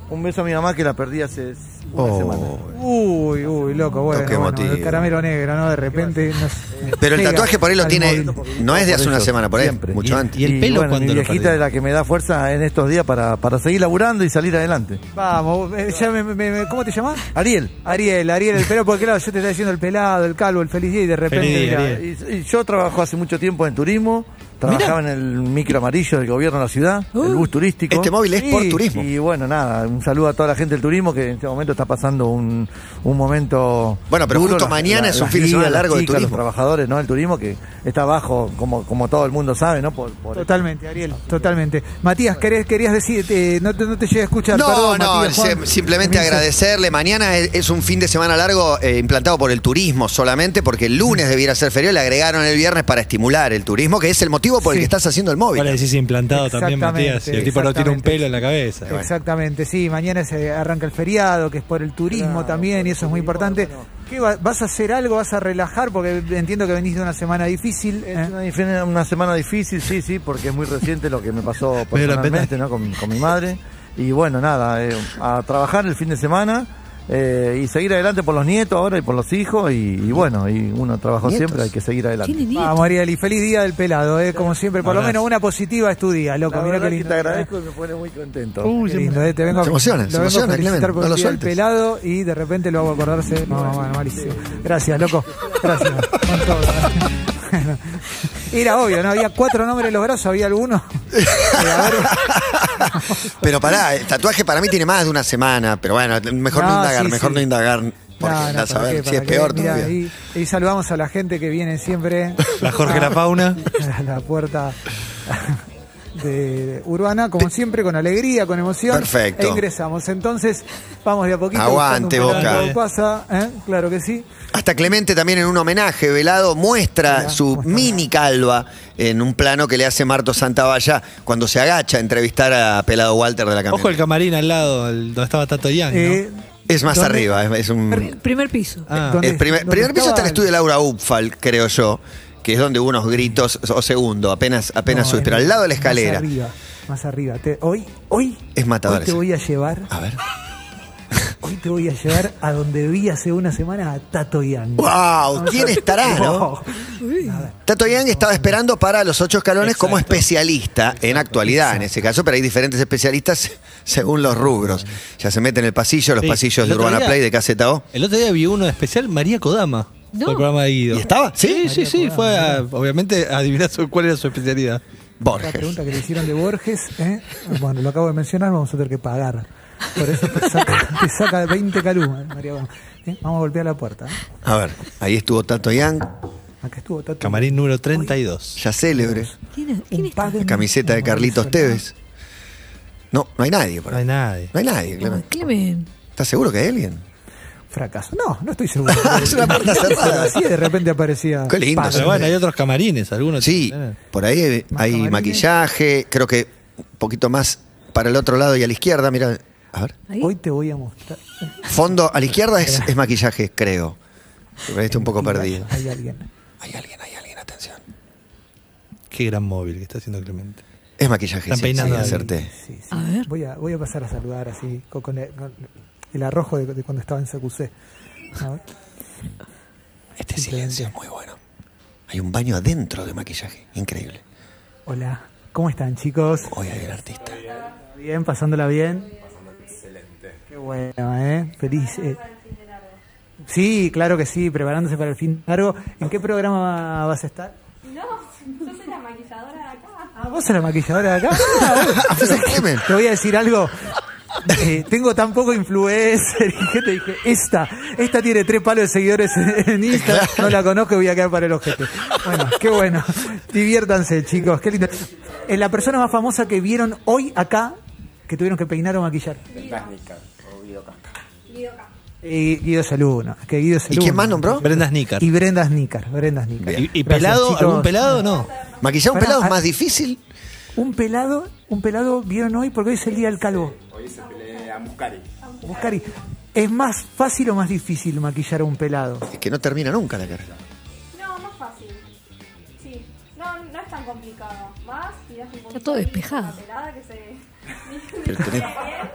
[SPEAKER 9] un beso a mi mamá que la perdí hace una semana.
[SPEAKER 4] oh.
[SPEAKER 3] Uy, uy, loco, bueno,
[SPEAKER 4] Qué
[SPEAKER 3] bueno,
[SPEAKER 4] emotivo.
[SPEAKER 3] el caramelo negro, ¿no? De repente nos-
[SPEAKER 4] Pero el
[SPEAKER 3] pega
[SPEAKER 4] tatuaje por ahí lo
[SPEAKER 3] al
[SPEAKER 4] tiene.
[SPEAKER 3] móvil.
[SPEAKER 4] No es de hace una semana, por ahí.
[SPEAKER 9] Siempre.
[SPEAKER 4] Mucho
[SPEAKER 2] Y-
[SPEAKER 4] antes.
[SPEAKER 2] y- el pelo
[SPEAKER 9] bueno,
[SPEAKER 2] cuándo
[SPEAKER 9] mi
[SPEAKER 2] lo
[SPEAKER 9] viejita
[SPEAKER 2] perdí?
[SPEAKER 9] es la que me da fuerza en estos días para, para seguir laburando y salir adelante.
[SPEAKER 3] Vamos, eh, ya me- me- me- ¿cómo te llamás?
[SPEAKER 9] Ariel.
[SPEAKER 3] Ariel, Ariel, el pelado, porque claro, yo te estaba diciendo el pelado, el calvo, el feliz día y de repente.
[SPEAKER 2] Feliz día,
[SPEAKER 3] mira, eh,
[SPEAKER 2] Ariel.
[SPEAKER 9] Y, y yo trabajo hace mucho tiempo en turismo, trabajaba en el micro amarillo del gobierno de la ciudad, el bus turístico.
[SPEAKER 4] Este móvil es por turismo.
[SPEAKER 9] Y bueno, nada, un saludo a toda la gente del turismo que en este momento está pasando un, un momento.
[SPEAKER 4] Bueno, pero
[SPEAKER 9] duro.
[SPEAKER 4] justo mañana es un
[SPEAKER 9] las
[SPEAKER 4] fin de semana
[SPEAKER 9] guías, las
[SPEAKER 4] largo de
[SPEAKER 9] chicas, Los
[SPEAKER 4] turismo.
[SPEAKER 9] trabajadores, ¿no? El turismo que está bajo, como, como todo el mundo sabe, ¿no? Por, por-
[SPEAKER 3] Totalmente, Ariel, totalmente. Matías, querés, querías decir, eh, no, te, no te llegué a escuchar.
[SPEAKER 4] No,
[SPEAKER 3] perdón,
[SPEAKER 4] no,
[SPEAKER 3] Matías,
[SPEAKER 4] se-
[SPEAKER 3] Juan.
[SPEAKER 4] simplemente
[SPEAKER 3] Me dice-
[SPEAKER 4] agradecerle. Mañana es, es un fin de semana largo eh, implantado por el turismo solamente, porque el lunes debiera ser feriado, le agregaron el viernes para estimular el turismo, que es el motivo motivo por el
[SPEAKER 3] Sí.
[SPEAKER 4] que estás haciendo el móvil.
[SPEAKER 2] Ahora decís implantado también,
[SPEAKER 3] Exactamente,
[SPEAKER 2] Matías. Y el tipo no tiene un
[SPEAKER 3] exactamente.
[SPEAKER 2] pelo en la cabeza.
[SPEAKER 3] Exactamente, sí, mañana se arranca el feriado, que es por el turismo también, y eso es muy importante. ¿Qué va- ¿Vas a hacer algo? ¿Vas a relajar? Porque entiendo que venís de una semana difícil. ¿eh?
[SPEAKER 9] Es una, dif- una semana difícil, sí, sí, porque es muy reciente lo que me pasó personalmente, ¿no? Con, con mi madre. Y bueno, nada, eh, a trabajar el fin de semana eh, y seguir adelante por los nietos ahora y por los hijos. Y, y bueno, y uno trabajó
[SPEAKER 4] Nietos.
[SPEAKER 9] siempre, hay que seguir
[SPEAKER 5] Tiene
[SPEAKER 9] adelante.
[SPEAKER 5] nieto.
[SPEAKER 3] Vamos, Ariel, y feliz día del pelado, ¿eh? como siempre, por lo
[SPEAKER 2] Abrazo.
[SPEAKER 3] menos una positiva es tu día, loco.
[SPEAKER 9] La
[SPEAKER 3] Mirá
[SPEAKER 9] verdad
[SPEAKER 3] Ah, qué
[SPEAKER 9] que te
[SPEAKER 3] lindo. eh.
[SPEAKER 9] agradezco y me pone muy contento.
[SPEAKER 3] Qué lindo, eh, te vengo,
[SPEAKER 4] Se
[SPEAKER 3] lo
[SPEAKER 4] emociona, se
[SPEAKER 3] vengo a
[SPEAKER 4] emociona,
[SPEAKER 3] felicitar
[SPEAKER 4] Clemen,
[SPEAKER 3] por
[SPEAKER 4] no
[SPEAKER 3] el día
[SPEAKER 4] lo
[SPEAKER 3] del
[SPEAKER 4] sueltes.
[SPEAKER 3] pelado y de repente lo hago acordarse. No, bueno, malísimo. Gracias, loco. Gracias. Con todo. ¿eh? Bueno. Era obvio, ¿no? Había cuatro nombres en los brazos, había alguno.
[SPEAKER 4] Pero pará, el tatuaje para mí tiene más de una semana. Pero bueno, mejor no,
[SPEAKER 3] No,
[SPEAKER 4] indagar,
[SPEAKER 3] sí,
[SPEAKER 4] mejor
[SPEAKER 3] sí.
[SPEAKER 4] no indagar. Porque
[SPEAKER 3] No, no,
[SPEAKER 4] andás a
[SPEAKER 3] ¿para
[SPEAKER 4] ver
[SPEAKER 3] qué?
[SPEAKER 4] si es
[SPEAKER 3] ¿Para qué?
[SPEAKER 4] peor
[SPEAKER 3] Mirá,
[SPEAKER 4] todavía.
[SPEAKER 3] ahí- ahí saludamos a la gente que viene siempre.
[SPEAKER 2] La Jorge La Fauna.
[SPEAKER 3] a la puerta de Urbana, como siempre, con alegría, con emoción.
[SPEAKER 4] Perfecto.
[SPEAKER 3] E ingresamos. Entonces, vamos de a poquito.
[SPEAKER 4] Aguante,
[SPEAKER 3] buscando un pelado
[SPEAKER 4] Boca.
[SPEAKER 3] pasa, ¿eh? Claro que sí.
[SPEAKER 4] Hasta Clemente también en un homenaje, Velado muestra
[SPEAKER 3] Mirá,
[SPEAKER 4] su
[SPEAKER 3] muestra.
[SPEAKER 4] mini calva en un plano que le hace Marto Santavalla cuando se agacha a entrevistar a Pelado Walter de la
[SPEAKER 2] Ojo el
[SPEAKER 4] Camioneta.
[SPEAKER 2] camarín al lado, el- donde estaba Tato Yang. ¿no?
[SPEAKER 3] Eh,
[SPEAKER 4] Es más
[SPEAKER 3] ¿Dónde?
[SPEAKER 4] arriba, es, es un...
[SPEAKER 5] Pr- Primer piso.
[SPEAKER 2] Ah.
[SPEAKER 3] ¿dónde-
[SPEAKER 4] El primer,
[SPEAKER 3] dónde
[SPEAKER 4] primer piso está
[SPEAKER 3] estaba
[SPEAKER 4] el estudio de Laura Upfal, creo yo, que es donde hubo unos gritos, o segundo, apenas, apenas
[SPEAKER 3] No,
[SPEAKER 4] subes,
[SPEAKER 3] en-
[SPEAKER 4] pero al lado de la escalera.
[SPEAKER 3] Más arriba, más arriba. Te- hoy, hoy,
[SPEAKER 4] Es matador
[SPEAKER 3] hoy te
[SPEAKER 4] ese.
[SPEAKER 3] voy a llevar,
[SPEAKER 4] A ver.
[SPEAKER 3] hoy te voy a llevar a donde vi hace una semana a Tato Oh, Yang.
[SPEAKER 4] ¡Wow! ¿Quién estará, no? Tato Yang estaba esperando para los ocho escalones como especialista en actualidad, en ese caso, pero hay diferentes especialistas según los rubros. Ya se mete en el pasillo, los
[SPEAKER 2] Sí.
[SPEAKER 4] pasillos
[SPEAKER 2] El
[SPEAKER 4] de
[SPEAKER 2] otro
[SPEAKER 4] Urbana
[SPEAKER 2] día-
[SPEAKER 4] Play, de Caseta O.
[SPEAKER 2] El otro día vi uno especial, María Kodama.
[SPEAKER 5] No.
[SPEAKER 2] Por el programa de Guido.
[SPEAKER 4] ¿Y estaba?
[SPEAKER 2] Sí, sí,
[SPEAKER 4] Sí.
[SPEAKER 2] sí. Fue, a- obviamente, a adivinar su- cuál era su especialidad.
[SPEAKER 3] La
[SPEAKER 4] Borges.
[SPEAKER 3] pregunta que le hicieron de Borges, ¿eh? bueno, lo acabo de mencionar, vamos a tener que pagar. Por eso te saca, te saca 20 calumas, María. Gama. ¿Eh? Vamos a golpear la puerta. ¿eh?
[SPEAKER 4] A ver, ahí estuvo Tato Yang,
[SPEAKER 3] Acá estuvo Tato.
[SPEAKER 2] Camarín número 32.
[SPEAKER 4] ya célebre.
[SPEAKER 5] ¿Quién es?
[SPEAKER 3] Un
[SPEAKER 5] ¿Quién es? Ah,
[SPEAKER 3] pago
[SPEAKER 4] La
[SPEAKER 3] en-
[SPEAKER 4] camiseta de
[SPEAKER 3] en
[SPEAKER 4] Carlitos
[SPEAKER 3] Venezuela.
[SPEAKER 4] Tevez. No, no hay nadie por
[SPEAKER 2] No hay
[SPEAKER 4] ahí.
[SPEAKER 2] nadie.
[SPEAKER 4] No hay nadie, Clemen.
[SPEAKER 5] Clemen.
[SPEAKER 4] ¿Estás seguro que hay alguien?
[SPEAKER 3] Fracaso. No, no estoy seguro.
[SPEAKER 4] Es una puerta cerrada.
[SPEAKER 3] Así de repente aparecía.
[SPEAKER 4] Qué lindo.
[SPEAKER 2] Pero bueno, hay otros camarines, algunos.
[SPEAKER 4] Sí,
[SPEAKER 2] tienen. ¿eh?
[SPEAKER 4] por ahí hay-
[SPEAKER 3] Más
[SPEAKER 4] hay
[SPEAKER 3] camarines.
[SPEAKER 4] maquillaje, creo que un poquito más para el otro lado y a la izquierda, mira, a ver.
[SPEAKER 5] Ahí.
[SPEAKER 3] Hoy te voy a mostrar.
[SPEAKER 4] Fondo, a la izquierda es, es maquillaje, creo. Pero ahí está un poco perdido.
[SPEAKER 3] Hay alguien.
[SPEAKER 4] Hay alguien, hay alguien, atención.
[SPEAKER 2] Qué gran móvil que está haciendo Clemente.
[SPEAKER 4] Es maquillaje,
[SPEAKER 2] Están
[SPEAKER 4] sí,
[SPEAKER 2] peinando
[SPEAKER 4] sí,
[SPEAKER 2] a alguien.
[SPEAKER 4] acerté.
[SPEAKER 3] Sí, sí.
[SPEAKER 5] A ver.
[SPEAKER 3] Voy a, voy a pasar a saludar así, con, con el, con el arrojo de, de cuando estaba en CQC. A ver.
[SPEAKER 4] Este
[SPEAKER 3] Simplemente.
[SPEAKER 4] silencio es muy bueno. Hay un baño adentro de maquillaje, increíble.
[SPEAKER 3] Hola, ¿cómo están chicos?
[SPEAKER 4] Hoy hay el artista.
[SPEAKER 3] Bien, pasándola bien. Excelente. Qué bueno, ¿eh? Feliz. eh. Sí, claro que sí, preparándose para el fin largo. ¿En qué programa vas a estar? No, yo soy la maquilladora de acá. ¿Vos sos la maquilladora de acá?
[SPEAKER 4] Ah, pues es Clemen.
[SPEAKER 3] Te voy a decir algo. Eh, tengo tan poco influencer y que te dije, esta, esta tiene tres palos de seguidores en Instagram, no la conozco voy a quedar para el ojete. Bueno, qué bueno. Diviértanse, chicos, qué lindo. Eh, la persona más famosa que vieron hoy acá, que tuvieron que peinar o maquillar. Y Eh, Guido Saluno, que Guido
[SPEAKER 4] ¿Y quién más nombró?
[SPEAKER 2] Brenda Snicker.
[SPEAKER 3] Y Brenda Snícar, Brenda Snícar.
[SPEAKER 2] ¿Y, y
[SPEAKER 3] Gracias,
[SPEAKER 2] pelado?
[SPEAKER 3] chicos.
[SPEAKER 2] ¿Algún pelado o no?
[SPEAKER 4] Maquillar un
[SPEAKER 3] Pará,
[SPEAKER 4] pelado es
[SPEAKER 3] ah-
[SPEAKER 4] más difícil.
[SPEAKER 3] Un pelado, un pelado vieron hoy porque hoy es el día del calvo. Hoy es el pelea a Muscari. ¿Es más fácil o más difícil maquillar a un pelado?
[SPEAKER 4] Es que no termina nunca la carrera.
[SPEAKER 10] No, más fácil. Sí. No, no es tan complicado. Más y das un poquito
[SPEAKER 5] todo despejado.
[SPEAKER 10] de pelada que se...
[SPEAKER 4] Pero tenés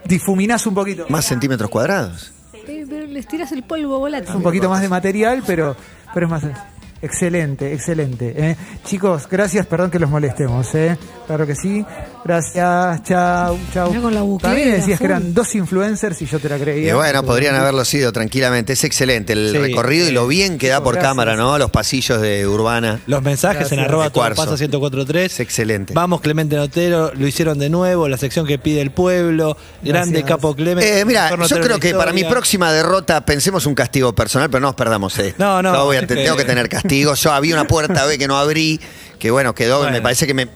[SPEAKER 3] Difuminás un poquito.
[SPEAKER 4] más centímetros cuadrados.
[SPEAKER 5] Eh, Pero les tiras el polvo volante.
[SPEAKER 3] Es un poquito más de material, pero, pero es más. Excelente, excelente. ¿eh? Chicos, gracias, perdón que los molestemos. ¿eh? Claro que sí. Gracias, chau, chau.
[SPEAKER 5] Mirá con la buclera,
[SPEAKER 3] También decías que
[SPEAKER 5] full.
[SPEAKER 3] eran dos influencers y yo te la creía.
[SPEAKER 4] Y bueno, podrían haberlo sido tranquilamente. Es excelente el
[SPEAKER 2] Sí.
[SPEAKER 4] recorrido y lo bien que da por
[SPEAKER 3] Gracias.
[SPEAKER 4] cámara, ¿no? Los pasillos de Urbana.
[SPEAKER 2] Los mensajes en arroba
[SPEAKER 4] De
[SPEAKER 2] todo
[SPEAKER 4] cuarzo.
[SPEAKER 2] pasa 1043.
[SPEAKER 4] Es excelente.
[SPEAKER 2] Vamos, Clemente Notero, lo hicieron de nuevo, la sección que pide el pueblo, grande
[SPEAKER 3] Gracias.
[SPEAKER 2] capo Clemente.
[SPEAKER 4] Eh, mira,
[SPEAKER 2] Notero
[SPEAKER 4] yo
[SPEAKER 2] en
[SPEAKER 4] creo
[SPEAKER 2] la
[SPEAKER 4] que para mi
[SPEAKER 2] historia.
[SPEAKER 4] próxima derrota pensemos un castigo personal, pero no nos perdamos esto.
[SPEAKER 2] No, no.
[SPEAKER 4] Yo voy a te- tengo que tener castigo. Yo había una puerta B que no abrí, que bueno, quedó.
[SPEAKER 2] Bueno.
[SPEAKER 4] Me parece que me,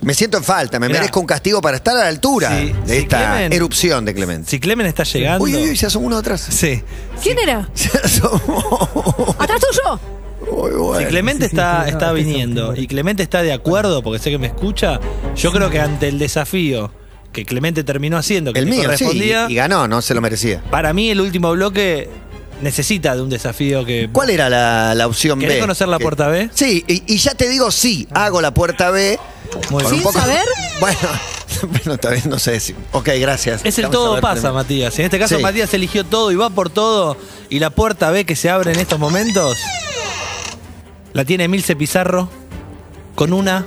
[SPEAKER 4] me siento en falta. Me
[SPEAKER 2] Mirá.
[SPEAKER 4] merezco un castigo para estar a la altura
[SPEAKER 2] Sí,
[SPEAKER 4] de
[SPEAKER 2] sí,
[SPEAKER 4] esta
[SPEAKER 2] Clemen.
[SPEAKER 4] erupción de Clemente.
[SPEAKER 2] Si Clemen está llegando.
[SPEAKER 4] Uy, uy, uy, se asomó uno atrás.
[SPEAKER 2] Sí.
[SPEAKER 5] ¿Quién era?
[SPEAKER 4] Se asomó.
[SPEAKER 5] ¡Atrás tuyo!
[SPEAKER 2] Si Clemente está, está viniendo y Clemente está de acuerdo, porque sé que me escucha, yo creo que ante el desafío que Clemente terminó haciendo, que
[SPEAKER 4] El
[SPEAKER 2] le
[SPEAKER 4] mío, sí.
[SPEAKER 2] correspondía,
[SPEAKER 4] Y ganó, no se lo merecía.
[SPEAKER 2] para mí el último bloque necesita de un desafío que...
[SPEAKER 4] ¿Cuál era la, la opción
[SPEAKER 2] ¿Querés
[SPEAKER 4] B?
[SPEAKER 2] conocer la
[SPEAKER 4] Que-
[SPEAKER 2] puerta B?
[SPEAKER 4] Sí, y, y ya te digo, sí, hago la puerta B.
[SPEAKER 2] Muy
[SPEAKER 4] con
[SPEAKER 2] bien.
[SPEAKER 4] un poco-
[SPEAKER 5] ¿Sin saber?
[SPEAKER 4] Bueno, bueno, tal vez no sé si. Ok, gracias.
[SPEAKER 2] Es el
[SPEAKER 4] Vamos a
[SPEAKER 2] todo
[SPEAKER 4] ver
[SPEAKER 2] pasa,
[SPEAKER 4] primero.
[SPEAKER 2] Matías. En este caso,
[SPEAKER 4] Sí.
[SPEAKER 2] Matías eligió todo y va por todo. Y la puerta B que se abre en estos momentos la tiene Emilce Pizarro con una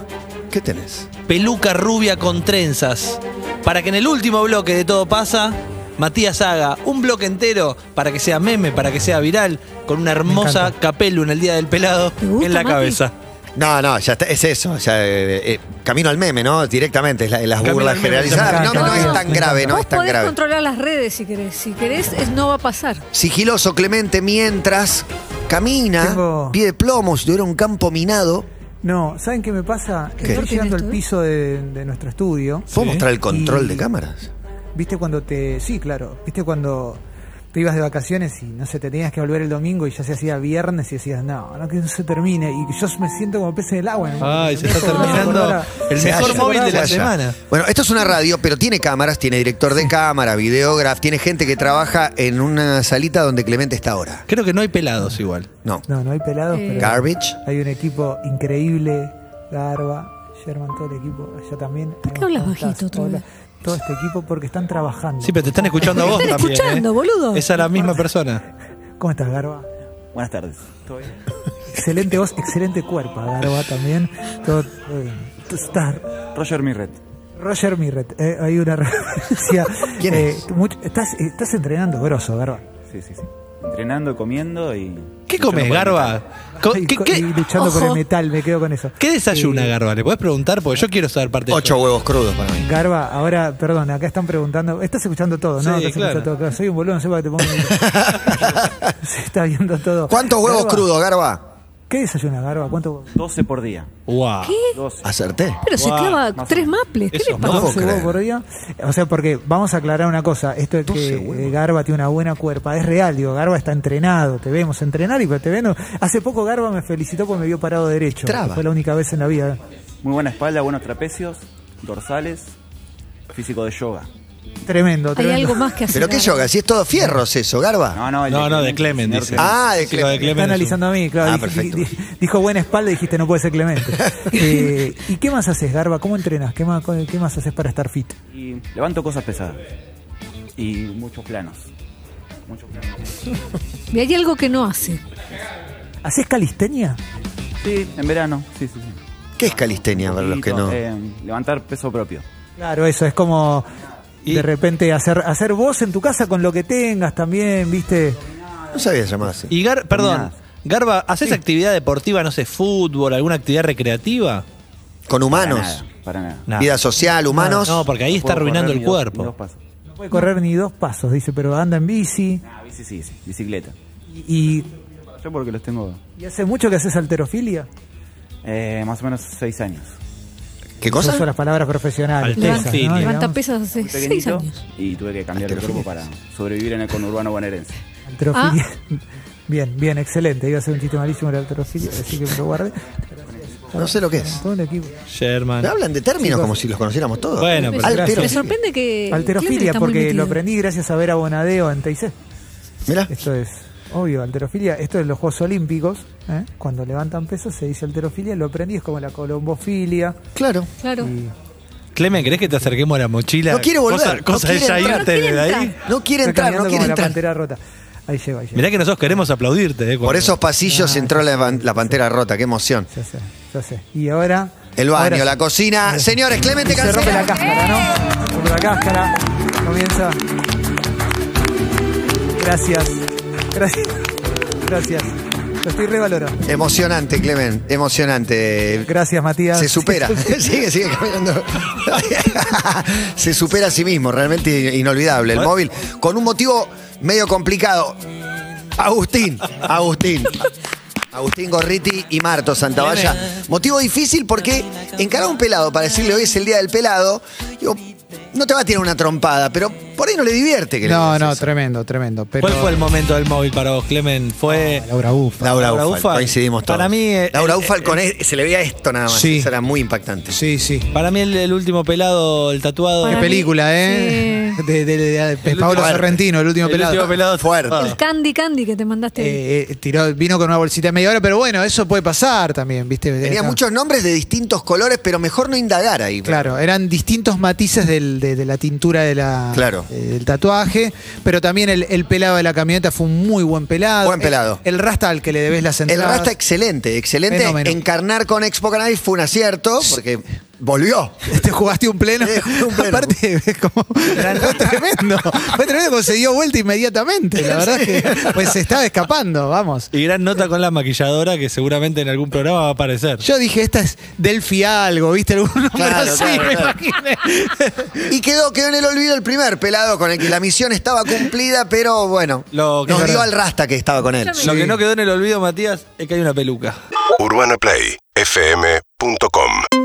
[SPEAKER 4] ¿Qué tenés?
[SPEAKER 2] peluca rubia con trenzas. Para que en el último bloque de Todo Pasa, Matías haga un bloque entero para que sea meme, para que sea viral, con una hermosa
[SPEAKER 3] encanta.
[SPEAKER 2] capelu en el Día del Pelado
[SPEAKER 5] ¿Te gusta,
[SPEAKER 2] en la
[SPEAKER 5] Mati?
[SPEAKER 2] cabeza.
[SPEAKER 4] No, no, ya está, es eso. ya, eh, eh, camino al meme, ¿no? Directamente, es la- las
[SPEAKER 2] Camino al
[SPEAKER 4] burlas
[SPEAKER 2] meme,
[SPEAKER 4] generalizadas.
[SPEAKER 3] me
[SPEAKER 4] No,
[SPEAKER 3] encanta,
[SPEAKER 4] no
[SPEAKER 3] me
[SPEAKER 4] es tan
[SPEAKER 3] encanta.
[SPEAKER 4] grave, no
[SPEAKER 5] Vos
[SPEAKER 4] es tan
[SPEAKER 5] podés
[SPEAKER 4] grave.
[SPEAKER 5] controlar las redes si querés. Si querés, es, no va a pasar.
[SPEAKER 4] Sigiloso Clemente, mientras camina,
[SPEAKER 3] Tengo-
[SPEAKER 4] pie de plomo, si tuviera un campo minado.
[SPEAKER 3] No, ¿saben qué me pasa?
[SPEAKER 4] ¿Qué?
[SPEAKER 3] Estoy llegando al
[SPEAKER 5] ¿Esto?
[SPEAKER 3] piso de, de nuestro estudio.
[SPEAKER 4] ¿Puedo mostrar el control
[SPEAKER 3] Y-
[SPEAKER 4] de cámaras?
[SPEAKER 3] ¿Viste cuando te.? Sí, claro. ¿Viste cuando te ibas de vacaciones y no sé, te tenías que volver el domingo y ya se hacía viernes y decías, no, no, que no se termine? Y yo me siento como pez en el agua. ¿no?
[SPEAKER 2] Ay, se está
[SPEAKER 3] No, no, no,
[SPEAKER 2] terminando
[SPEAKER 3] no.
[SPEAKER 2] el
[SPEAKER 4] Se
[SPEAKER 2] mejor
[SPEAKER 4] halla,
[SPEAKER 2] móvil de
[SPEAKER 4] se
[SPEAKER 2] la
[SPEAKER 4] halla.
[SPEAKER 2] semana.
[SPEAKER 4] Bueno, esto es una radio, pero tiene cámaras, tiene director de cámara, videógrafo, tiene gente que trabaja en una salita donde Clemente está ahora.
[SPEAKER 2] Creo que no hay pelados igual.
[SPEAKER 4] No.
[SPEAKER 3] No, no hay pelados,
[SPEAKER 5] Eh.
[SPEAKER 3] pero.
[SPEAKER 4] Garbage.
[SPEAKER 3] Hay un equipo increíble, Garba, Sherman, todo el equipo, allá también. ¿Por
[SPEAKER 5] qué hablas bajito otra vez?
[SPEAKER 3] Todo este equipo porque están trabajando.
[SPEAKER 2] Sí, pero te están escuchando a vos
[SPEAKER 5] Están
[SPEAKER 2] también.
[SPEAKER 5] escuchando,
[SPEAKER 2] ¿eh?
[SPEAKER 5] boludo.
[SPEAKER 2] Esa es la misma persona.
[SPEAKER 3] ¿Cómo estás, Garba?
[SPEAKER 8] Buenas tardes.
[SPEAKER 3] Excelente voz, excelente cuerpo, Garba también. Todo, todo bien. Tú estás-
[SPEAKER 8] Roger Mirret.
[SPEAKER 3] Roger Mirret, eh, hay una referencia.
[SPEAKER 4] ¿Quién
[SPEAKER 3] Eh,
[SPEAKER 4] es?
[SPEAKER 3] mucho- estás, estás entrenando grosso, Garba.
[SPEAKER 8] Sí, sí, sí. Entrenando, comiendo y.
[SPEAKER 2] ¿Qué comes, Garba? Co-
[SPEAKER 3] Y
[SPEAKER 2] ¿Qué,
[SPEAKER 3] co-
[SPEAKER 2] qué-
[SPEAKER 3] Y luchando con el
[SPEAKER 5] Ojo.
[SPEAKER 3] metal, me quedo con eso.
[SPEAKER 2] qué desayuna, Garba? ¿Le podés preguntar? Porque yo quiero saber parte de
[SPEAKER 4] Ocho huevos crudos para mí.
[SPEAKER 3] Garba, ahora, perdón, acá están preguntando. Estás escuchando todo, ¿no?
[SPEAKER 2] Sí,
[SPEAKER 3] Estás
[SPEAKER 2] claro.
[SPEAKER 3] escuchando todo. Soy un boludo, no sé para qué te pongo. Se está viendo todo.
[SPEAKER 4] ¿Cuántos huevos
[SPEAKER 3] Garba,
[SPEAKER 4] crudos, Garba?
[SPEAKER 3] ¿Qué desayunas, Garba? ¿Cuántos huevos?
[SPEAKER 8] 12 por día.
[SPEAKER 2] eso. Guau.
[SPEAKER 4] Acerté.
[SPEAKER 5] Pero se
[SPEAKER 2] Guau,
[SPEAKER 5] clava
[SPEAKER 8] más o
[SPEAKER 5] tres
[SPEAKER 8] menos.
[SPEAKER 5] maples. ¿Qué
[SPEAKER 2] Eso
[SPEAKER 5] le
[SPEAKER 2] es
[SPEAKER 5] pasa?
[SPEAKER 4] No puedo
[SPEAKER 3] 12 huevos
[SPEAKER 4] creer.
[SPEAKER 3] por día. O sea, porque vamos a aclarar una cosa. Esto de
[SPEAKER 4] 12
[SPEAKER 3] que
[SPEAKER 4] huevos.
[SPEAKER 3] eh, Garba tiene una buena cuerpa es real. Digo, Garba está entrenado. Te vemos entrenar y te vemos. Hace poco Garba me felicitó porque me vio parado derecho.
[SPEAKER 4] Traba.
[SPEAKER 3] Fue la única vez en la vida.
[SPEAKER 8] Muy buena espalda, buenos trapecios, dorsales, físico de yoga.
[SPEAKER 3] Tremendo,
[SPEAKER 5] Hay
[SPEAKER 3] tremendo.
[SPEAKER 5] algo más que hacer.
[SPEAKER 4] ¿Pero qué
[SPEAKER 5] Garba.
[SPEAKER 4] yoga? Si es todo fierros eso, Garba.
[SPEAKER 8] No, no, el
[SPEAKER 2] No, no, de
[SPEAKER 8] Clemente,
[SPEAKER 2] Clemen,
[SPEAKER 8] señor
[SPEAKER 2] dice.
[SPEAKER 8] Clemente.
[SPEAKER 4] Ah,
[SPEAKER 2] Sí, lo
[SPEAKER 4] de
[SPEAKER 2] de
[SPEAKER 4] Clemente.
[SPEAKER 3] Está
[SPEAKER 2] Clemente es un-
[SPEAKER 3] analizando a mí, claro.
[SPEAKER 4] Ah,
[SPEAKER 3] Di-
[SPEAKER 4] perfecto.
[SPEAKER 3] di- dijo buena espalda y dijiste no puede ser Clemente. Eh, ¿Y qué más haces, Garba? ¿Cómo entrenas? ¿Qué más, qué más haces para estar fit?
[SPEAKER 8] Y
[SPEAKER 4] Ah.
[SPEAKER 8] levanto cosas pesadas. Y muchos planos. Muchos planos.
[SPEAKER 5] Y hay algo que no hace.
[SPEAKER 3] ¿Haces calistenia?
[SPEAKER 8] Sí, en verano. Sí, sí, sí.
[SPEAKER 4] ¿Qué es calistenia para los que no?
[SPEAKER 8] Eh, levantar peso propio.
[SPEAKER 3] Claro, eso es como
[SPEAKER 2] Y-
[SPEAKER 3] de repente hacer hacer vos en tu casa con lo que tengas también, ¿viste?
[SPEAKER 4] No sabía llamar así.
[SPEAKER 2] Y Gar, perdón, Garba, ¿haces actividad deportiva, no sé, fútbol, alguna actividad recreativa?
[SPEAKER 4] Con
[SPEAKER 8] Para
[SPEAKER 4] humanos.
[SPEAKER 8] nada. Para nada.
[SPEAKER 2] Nada.
[SPEAKER 4] Vida social, humanos.
[SPEAKER 2] No, porque ahí
[SPEAKER 8] No
[SPEAKER 2] está
[SPEAKER 8] puedo
[SPEAKER 2] arruinando
[SPEAKER 8] correr
[SPEAKER 2] el
[SPEAKER 8] ni dos-
[SPEAKER 2] cuerpo.
[SPEAKER 8] ni dos pasos.
[SPEAKER 3] No puede correr ni dos pasos, dice, pero anda en bici
[SPEAKER 8] Ah, bici, sí, sí, bicicleta.
[SPEAKER 3] y,
[SPEAKER 8] Yo porque los tengo
[SPEAKER 3] y hace mucho que haces alterofilia.
[SPEAKER 8] eh, más o menos seis años.
[SPEAKER 4] ¿Qué
[SPEAKER 3] Esas son
[SPEAKER 4] cosa?
[SPEAKER 3] las palabras profesionales.
[SPEAKER 5] Levanta,
[SPEAKER 3] esas, ¿no?
[SPEAKER 2] Alterofilia.
[SPEAKER 5] levanta
[SPEAKER 3] Digamos.
[SPEAKER 5] pesas hace
[SPEAKER 8] Muy
[SPEAKER 5] seis
[SPEAKER 8] pequeñito
[SPEAKER 5] años.
[SPEAKER 8] y tuve que cambiar el cuerpo para sobrevivir en el conurbano bonaerense.
[SPEAKER 3] Alterofilia.
[SPEAKER 4] Ah.
[SPEAKER 3] Bien, bien, excelente. Iba a ser un chiste malísimo la alterofilia, así que me lo guardé.
[SPEAKER 4] No sé lo que es.
[SPEAKER 3] Todo el equipo.
[SPEAKER 2] Sherman.
[SPEAKER 4] Me hablan de términos como si los conociéramos todos.
[SPEAKER 2] Bueno, pero
[SPEAKER 4] Altero.
[SPEAKER 5] Me sorprende
[SPEAKER 4] Eh,
[SPEAKER 5] que. Clemen
[SPEAKER 3] Alterofilia,
[SPEAKER 5] está muy
[SPEAKER 3] porque lo
[SPEAKER 5] metido.
[SPEAKER 3] aprendí gracias a ver a Bonadeo en TIC.
[SPEAKER 4] Mirá.
[SPEAKER 3] Esto es obvio, alterofilia. Esto es los Juegos Olímpicos. ¿eh? Cuando levantan pesos se dice alterofilia. Lo aprendí, es como la colombofilia.
[SPEAKER 4] Claro.
[SPEAKER 5] Claro.
[SPEAKER 2] Clemen, ¿querés que te acerquemos a la mochila?
[SPEAKER 4] No quiere volver,
[SPEAKER 2] Cosa,
[SPEAKER 4] no
[SPEAKER 2] cosa
[SPEAKER 4] quiere
[SPEAKER 2] de ya
[SPEAKER 4] entrar.
[SPEAKER 2] irte
[SPEAKER 5] No quiere
[SPEAKER 2] de ahí.
[SPEAKER 5] entrar.
[SPEAKER 4] No quiere
[SPEAKER 3] Estoy
[SPEAKER 4] entrar, no
[SPEAKER 3] caminando
[SPEAKER 4] quiere
[SPEAKER 3] como la
[SPEAKER 4] entrar.
[SPEAKER 3] pantera rota. Ahí lleva, ahí lleva.
[SPEAKER 2] Mirá que nosotros queremos aplaudirte. eh, cuando-
[SPEAKER 4] Por esos pasillos entró la, van- la pantera rota, qué emoción.
[SPEAKER 3] Ya sé, ya sé. Y ahora.
[SPEAKER 4] El baño,
[SPEAKER 3] ahora
[SPEAKER 4] la cocina. Señores, Clemente
[SPEAKER 3] Se rompe la
[SPEAKER 4] Cancela.
[SPEAKER 3] cáscara, ¿no? Se rompe la cáscara. Comienza. Gracias. Gracias. Gracias. Lo estoy revalorando.
[SPEAKER 4] Emocionante, Clemente, emocionante.
[SPEAKER 3] Gracias, Matías.
[SPEAKER 4] Se supera, sigue, sigue caminando. Se supera a sí mismo, realmente inolvidable. El móvil, con un motivo medio complicado. Agustín, Agustín. Agustín Gorriti y Marto Santavalla. Motivo difícil porque encarar a un pelado para decirle hoy es el día del pelado, digo, no te va a tirar una trompada, pero Por ahí no le divierte que le
[SPEAKER 3] No,
[SPEAKER 4] digas
[SPEAKER 3] no,
[SPEAKER 4] eso.
[SPEAKER 3] tremendo, tremendo. Pero
[SPEAKER 2] ¿Cuál fue el momento del móvil para vos, Clemen?
[SPEAKER 4] Ah,
[SPEAKER 2] Fue.
[SPEAKER 3] Laura Bufa.
[SPEAKER 4] Laura
[SPEAKER 2] Laura
[SPEAKER 4] Ufal,
[SPEAKER 2] Ufal.
[SPEAKER 4] coincidimos todos.
[SPEAKER 2] Para mí, eh,
[SPEAKER 4] Laura
[SPEAKER 2] eh,
[SPEAKER 4] Ufal con e- se le veía esto nada más.
[SPEAKER 3] Sí.
[SPEAKER 4] Eso era muy impactante.
[SPEAKER 3] Sí, sí.
[SPEAKER 2] Para mí el, el último pelado, el tatuado.
[SPEAKER 3] Qué
[SPEAKER 5] Para mí,
[SPEAKER 3] película, ¿eh?
[SPEAKER 5] sí.
[SPEAKER 3] De, de- de- de
[SPEAKER 2] El
[SPEAKER 3] Paolo
[SPEAKER 2] último-
[SPEAKER 3] Sorrentino, el último
[SPEAKER 2] el
[SPEAKER 3] pelado.
[SPEAKER 2] último pelado
[SPEAKER 4] Fuerte.
[SPEAKER 2] tatuado.
[SPEAKER 5] Candy Candy que te mandaste.
[SPEAKER 3] Eh, eh, tiró, vino con una bolsita de media hora, pero bueno, eso puede pasar también, ¿viste?
[SPEAKER 4] Tenía
[SPEAKER 3] Eh, no.
[SPEAKER 4] muchos nombres de distintos colores, pero mejor no indagar ahí.
[SPEAKER 3] Claro, eran distintos matices del- de, de la tintura de la,
[SPEAKER 4] Claro.
[SPEAKER 3] eh, del tatuaje, pero también el, el pelado de la camioneta fue un muy buen pelado.
[SPEAKER 4] Buen pelado.
[SPEAKER 3] El, el rasta al que le debes las
[SPEAKER 4] El
[SPEAKER 3] entradas.
[SPEAKER 4] rasta excelente, excelente.
[SPEAKER 3] Fenómeno.
[SPEAKER 4] Encarnar con Expo Cannabis fue un acierto, porque volvió.
[SPEAKER 3] Te Este, jugaste un pleno.
[SPEAKER 4] Eh, jugué un pleno.
[SPEAKER 3] Aparte, es como, fue tremendo. Fue tremendo como se dio vuelta inmediatamente. La verdad es que pues, se estaba escapando, vamos.
[SPEAKER 2] Y gran nota con la maquilladora que seguramente en algún programa va a aparecer.
[SPEAKER 3] Yo dije, esta es Delphi algo, ¿viste? Algún nombre
[SPEAKER 4] Claro,
[SPEAKER 3] así,
[SPEAKER 4] claro,
[SPEAKER 3] me
[SPEAKER 4] claro.
[SPEAKER 3] imaginé.
[SPEAKER 4] Y quedó, quedó en el olvido el primer pelado con el que la misión estaba cumplida, pero bueno,
[SPEAKER 2] Lo que
[SPEAKER 4] nos
[SPEAKER 2] es
[SPEAKER 4] dio
[SPEAKER 2] verdad.
[SPEAKER 4] al rasta que estaba con él.
[SPEAKER 2] Lo que no quedó en el olvido, Matías, es que hay una peluca.
[SPEAKER 11] UrbanaPlayFM.com